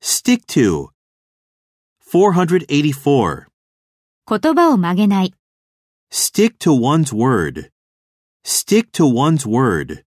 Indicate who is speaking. Speaker 1: Stick to. 484.
Speaker 2: 言葉を曲げない。
Speaker 1: Stick to one's word. Stick to one's word.